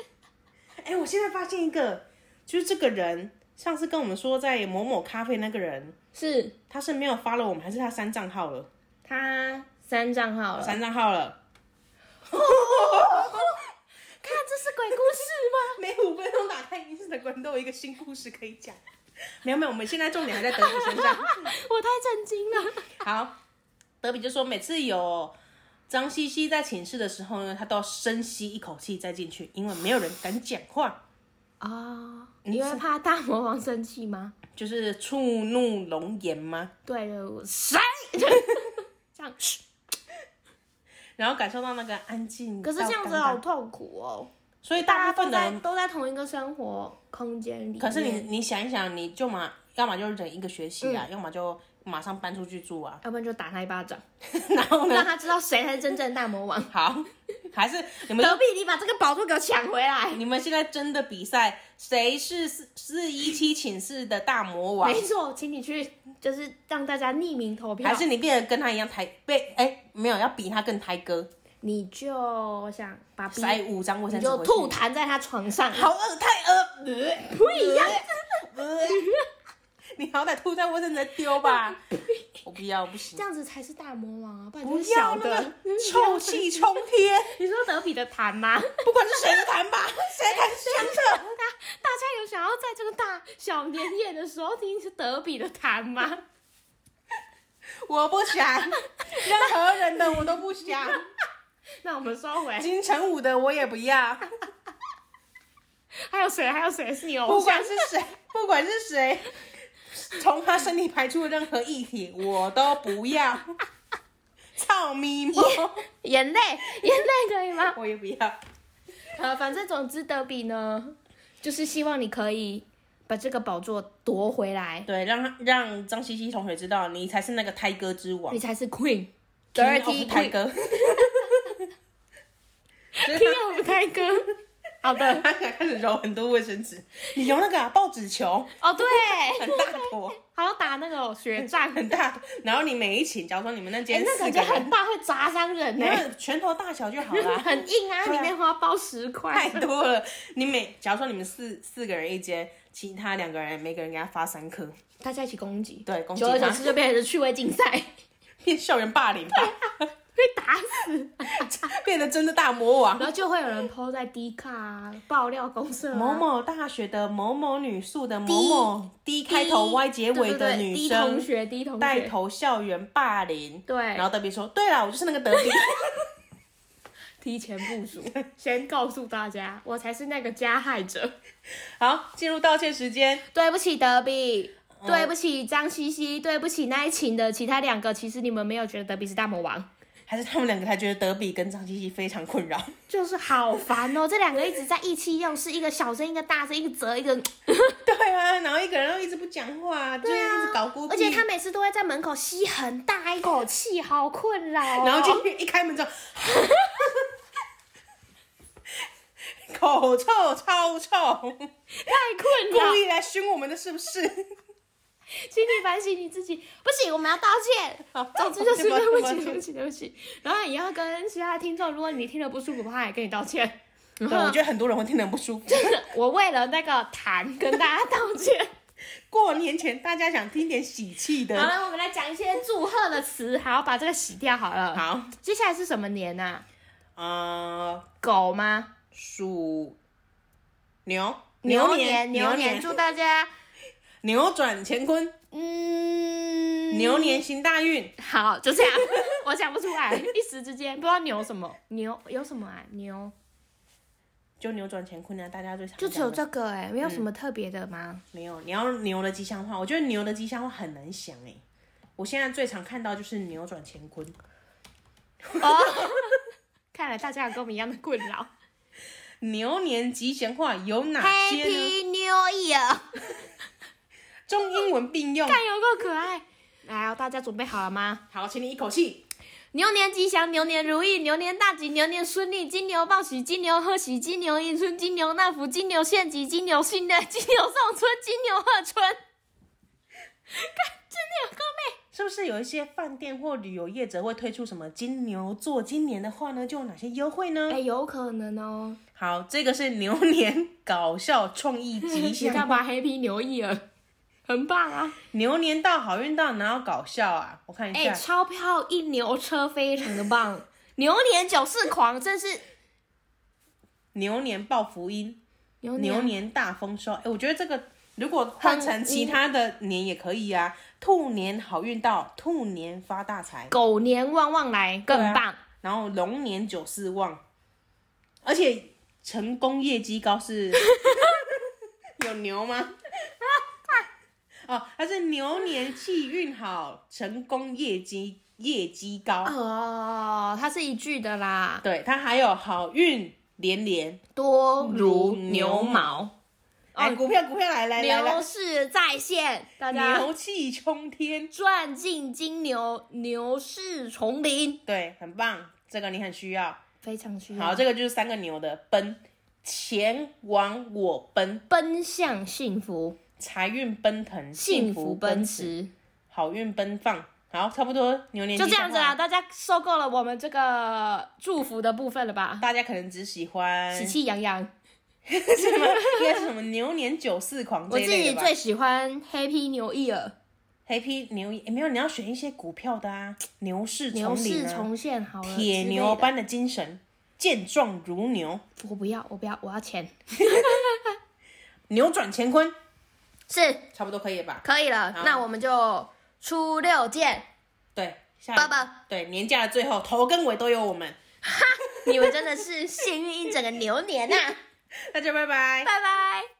[SPEAKER 2] 哎、我现在发现一个，就是这个人上次跟我们说在某某咖啡那个人，
[SPEAKER 1] 是
[SPEAKER 2] 他是没有发了我们，还是他删账号了？
[SPEAKER 1] 他删账号了。
[SPEAKER 2] 删账号了，
[SPEAKER 1] 看这是鬼故事
[SPEAKER 2] 每五分钟打开影视的关都有一个新故事可以讲。没有没有，我们现在重点还在德比身上。
[SPEAKER 1] 吗？我太震惊了。
[SPEAKER 2] 好，德比就说每次有张西西在寝室的时候呢，他都要深吸一口气再进去，因为没有人敢讲话，
[SPEAKER 1] 哦，因为怕大魔王生气吗？
[SPEAKER 2] 就是触怒龙颜嘛。
[SPEAKER 1] 对了，我 谁？这样，嘘
[SPEAKER 2] 然后感受到那个安静。
[SPEAKER 1] 可是这样子好
[SPEAKER 2] 哦，
[SPEAKER 1] 痛苦哦。
[SPEAKER 2] 所以
[SPEAKER 1] 大
[SPEAKER 2] 大
[SPEAKER 1] 家
[SPEAKER 2] 部
[SPEAKER 1] 都
[SPEAKER 2] 分的
[SPEAKER 1] 在
[SPEAKER 2] 人，
[SPEAKER 1] 都在同一个生活空间里面，嗯
[SPEAKER 2] 可是你你想一想，你就嘛，要么就忍一个学期啊，要么就马上搬出去住啊。
[SPEAKER 1] 要不然就打他一巴掌，
[SPEAKER 2] 然后
[SPEAKER 1] 让
[SPEAKER 2] 呢，
[SPEAKER 1] 他知道谁才是真正的大魔王。
[SPEAKER 2] 好，还是你们
[SPEAKER 1] 隔壁，你把这个宝座给我抢回来！
[SPEAKER 2] 你们现在真的比赛，谁是四四一七寝室的大魔王？
[SPEAKER 1] 没错，请你去，就是让大家匿名投票，
[SPEAKER 2] 还是你变得跟他一样抬被？哎、没有，要比他更抬哥，
[SPEAKER 1] 你就我想把笔，
[SPEAKER 2] 塞五张卫生
[SPEAKER 1] 你
[SPEAKER 2] 纸
[SPEAKER 1] 就
[SPEAKER 2] 回去
[SPEAKER 1] 吐，痰在他床上，
[SPEAKER 2] 好饿，太饿，
[SPEAKER 1] 不一样。
[SPEAKER 2] 你好歹吐在卫生纸丢吧，我不要，我不行
[SPEAKER 1] 这，样子才是大魔王啊，不然
[SPEAKER 2] 不
[SPEAKER 1] 就是
[SPEAKER 2] 要
[SPEAKER 1] 小
[SPEAKER 2] 那
[SPEAKER 1] 的
[SPEAKER 2] 个。臭气冲天，
[SPEAKER 1] 你说德比的痰 吗？
[SPEAKER 2] 不管是谁的痰吧，谁的痰是香的，
[SPEAKER 1] 大大家有想要在这个大小年夜的时候听是德比的痰 吗？
[SPEAKER 2] 我不想，任何人的我都不想，
[SPEAKER 1] 那我们收回。
[SPEAKER 2] 金城武的我也不要，
[SPEAKER 1] 还有谁？还有谁是你偶
[SPEAKER 2] 不
[SPEAKER 1] 像
[SPEAKER 2] 管？是谁，不管是谁。从他身体排出的任何液体，我都不要。操咪咪，
[SPEAKER 1] 眼泪， 眼泪可以吗？
[SPEAKER 2] 我也不要。
[SPEAKER 1] 呃，反正总之德比呢，就是希望你可以把这个宝座夺回来，
[SPEAKER 2] 对，让他让张西西同学知道，你才是那个胎哥之王
[SPEAKER 1] 你才是 Queen。
[SPEAKER 2] ，King of
[SPEAKER 1] Dirty
[SPEAKER 2] 胎
[SPEAKER 1] Queen，
[SPEAKER 2] 哥。 所以
[SPEAKER 1] 听我们台歌。好
[SPEAKER 2] 他
[SPEAKER 1] 的，
[SPEAKER 2] 他想开始揉很多卫生纸，你揉那个、啊、报纸球，
[SPEAKER 1] 哦对，
[SPEAKER 2] 很大坨，
[SPEAKER 1] 还要打那个哦血战，
[SPEAKER 2] 很大坨。然后你每一寝，假如说你们那
[SPEAKER 1] 哎、
[SPEAKER 2] 间
[SPEAKER 1] 那
[SPEAKER 2] 四
[SPEAKER 1] 感
[SPEAKER 2] 个
[SPEAKER 1] 觉很
[SPEAKER 2] 人，
[SPEAKER 1] 大，会砸伤人呢、
[SPEAKER 2] 那个拳头大小就好啦，
[SPEAKER 1] 很硬啊，
[SPEAKER 2] 对啊
[SPEAKER 1] 里面花包十块
[SPEAKER 2] 太，多了。你每假如说你们四四个人一间，其他两个人每个人给他发三颗，
[SPEAKER 1] 大家一起攻击，
[SPEAKER 2] 对，攻击
[SPEAKER 1] 久而久之
[SPEAKER 2] 他，
[SPEAKER 1] 就变成趣味竞赛，
[SPEAKER 2] 变校园霸凌吧，
[SPEAKER 1] 被打死，
[SPEAKER 2] 变得真的大 魔王。
[SPEAKER 1] 然后就会有人 PO 在 D 卡、啊、爆料公社、啊、
[SPEAKER 2] 某某大学的某某女宿的某某 D 开头 Y 结尾的
[SPEAKER 1] 对对对
[SPEAKER 2] 女
[SPEAKER 1] D 同
[SPEAKER 2] 生
[SPEAKER 1] 学，D 同
[SPEAKER 2] 带
[SPEAKER 1] 学，
[SPEAKER 2] 头校园霸凌，
[SPEAKER 1] 对
[SPEAKER 2] 然后德比说：“对啦，我就是那个德比，
[SPEAKER 1] 提前部署， 先告诉大家，我才是那个加害者。
[SPEAKER 2] 好，进入道歉时间。
[SPEAKER 1] 对不起，德比，对不起，张西西，对不起，那一群的其他两个，其实你们没有觉得德比是大魔王，
[SPEAKER 2] 还是他们两个才觉得德比跟张茜茜非常困扰，
[SPEAKER 1] 就是好烦 哦，这两个一直在意气用事，一个小声，一个大声，一个折，一个，
[SPEAKER 2] 对啊，然后一个人又一直不讲话，就一直搞孤僻，
[SPEAKER 1] 啊而且他每次都会在门口吸很大一口气，好困扰、哦。
[SPEAKER 2] 然后进去一开门之后， 口臭超臭，
[SPEAKER 1] 太困
[SPEAKER 2] 故
[SPEAKER 1] 扰，
[SPEAKER 2] 意来熏我们的是不是？
[SPEAKER 1] 请你反省你自己，不行，我们要道 歉。
[SPEAKER 2] 好
[SPEAKER 1] 总之就是
[SPEAKER 2] 抱歉
[SPEAKER 1] 对不
[SPEAKER 2] 抱歉
[SPEAKER 1] 起，对不起，对不起。然后也要跟其他听众，如果你听了不舒服的话，也跟你道歉。
[SPEAKER 2] 对，我
[SPEAKER 1] 嗯
[SPEAKER 2] 觉得很多人会听得很不舒服。
[SPEAKER 1] 我为了那个痰跟大家道 歉。
[SPEAKER 2] 过年前大家想听点喜气
[SPEAKER 1] 好
[SPEAKER 2] 的，
[SPEAKER 1] 了，我们来讲一些祝贺的词，好，把这个洗掉好了。，
[SPEAKER 2] 好，
[SPEAKER 1] 接下来是什么年啊？
[SPEAKER 2] 呃，
[SPEAKER 1] 狗吗？
[SPEAKER 2] 属牛，
[SPEAKER 1] 牛
[SPEAKER 2] 年，
[SPEAKER 1] 牛年，祝大家
[SPEAKER 2] 扭转乾坤，
[SPEAKER 1] 嗯
[SPEAKER 2] 牛年行大运，
[SPEAKER 1] 好，就这样， 我想不出来，一时之间不知道牛什么牛有什么啊牛，
[SPEAKER 2] 就扭转乾坤啊！大家最常
[SPEAKER 1] 就只有
[SPEAKER 2] 讲
[SPEAKER 1] 这
[SPEAKER 2] 的
[SPEAKER 1] 个哎、没有什么特别的吗？
[SPEAKER 2] 没有，你要牛的吉祥话，我觉得牛的吉祥话很难想哎、我现在最常看到就是扭转乾坤，
[SPEAKER 1] 哦，看来大家有跟我们一样的困扰。
[SPEAKER 2] 牛年吉祥话有哪些呢？
[SPEAKER 1] Happy New Year，
[SPEAKER 2] 中英文并用。
[SPEAKER 1] 看有够可爱。来哦，大家准备好了吗？
[SPEAKER 2] 好，请你一口气。
[SPEAKER 1] 牛年吉祥，牛年如意，牛年大吉，牛年顺利，金牛报喜，金牛贺喜，金牛迎春，金牛纳福，金牛献吉，金牛信任，金牛送春，金牛贺春。看，真的有够累。
[SPEAKER 2] 是不是有一些饭店或旅游业者会推出什么金牛座今年的话呢，就有哪些优惠呢？
[SPEAKER 1] 哎、有可能 哦。
[SPEAKER 2] 好，这个是牛年搞笑创意吉
[SPEAKER 1] 你
[SPEAKER 2] 祥，
[SPEAKER 1] 干嘛黑皮牛一儿？很棒啊！
[SPEAKER 2] 牛年到好运到，哪有搞笑啊？我看一
[SPEAKER 1] 哎、
[SPEAKER 2] 下，
[SPEAKER 1] 钞票一牛车非常的棒，牛年九四狂真是
[SPEAKER 2] 牛年报福音，
[SPEAKER 1] 牛
[SPEAKER 2] 牛年大丰收。哎、我觉得这个如果换成其他的年也可以啊。兔年好运到，兔年发大财，
[SPEAKER 1] 狗年旺旺来更
[SPEAKER 2] 对啊
[SPEAKER 1] 棒。
[SPEAKER 2] 然后龙年九四旺，而且成功业绩高是 有牛吗？哦，它是牛年气运好，成功业绩业绩高。
[SPEAKER 1] 啊哦，它是一句的啦，
[SPEAKER 2] 对，它还有好运连连。
[SPEAKER 1] 多如牛毛，
[SPEAKER 2] 哎、
[SPEAKER 1] 哦
[SPEAKER 2] 股票股票来来来
[SPEAKER 1] 牛
[SPEAKER 2] 来，
[SPEAKER 1] 市啊再现，大家
[SPEAKER 2] 牛气冲天。
[SPEAKER 1] 赚进金牛，牛市重临，
[SPEAKER 2] 对，很棒，这个你很需要。
[SPEAKER 1] 非常需要。
[SPEAKER 2] 好，这个就是三个牛的奔，前往我奔，
[SPEAKER 1] 奔向幸福，
[SPEAKER 2] 财运奔腾，
[SPEAKER 1] 幸
[SPEAKER 2] 福
[SPEAKER 1] 福奔
[SPEAKER 2] 驰。
[SPEAKER 1] 驰，
[SPEAKER 2] 好运奔放。好，差不多牛年
[SPEAKER 1] 就
[SPEAKER 2] 吉
[SPEAKER 1] 这
[SPEAKER 2] 祥
[SPEAKER 1] 样子啊啦。
[SPEAKER 2] 话，
[SPEAKER 1] 大家受够了我们这个祝福的部分了吧？
[SPEAKER 2] 大家可能只喜欢
[SPEAKER 1] 喜气洋洋。
[SPEAKER 2] 什么，应 该是什么牛年九四狂这
[SPEAKER 1] 我
[SPEAKER 2] 一
[SPEAKER 1] 自
[SPEAKER 2] 类
[SPEAKER 1] 己
[SPEAKER 2] 的吧。
[SPEAKER 1] 最喜欢 Happy 牛一耳，
[SPEAKER 2] Happy 牛、诶没有，你要选一些股票的啊，牛市
[SPEAKER 1] 牛
[SPEAKER 2] 重临
[SPEAKER 1] 市
[SPEAKER 2] 啊，
[SPEAKER 1] 重现好了，
[SPEAKER 2] 铁牛，般的精神，健壮如牛，
[SPEAKER 1] 我不要，我不要，我要钱，
[SPEAKER 2] 扭转乾坤，
[SPEAKER 1] 是
[SPEAKER 2] 差不多可以了吧？
[SPEAKER 1] 可以了，那我们就初六见。
[SPEAKER 2] 对，下
[SPEAKER 1] 爸爸
[SPEAKER 2] 对年假的最后，头跟尾都有我们，
[SPEAKER 1] 你们真的是幸运一整个牛年呐、
[SPEAKER 2] 大家拜拜。
[SPEAKER 1] 拜拜。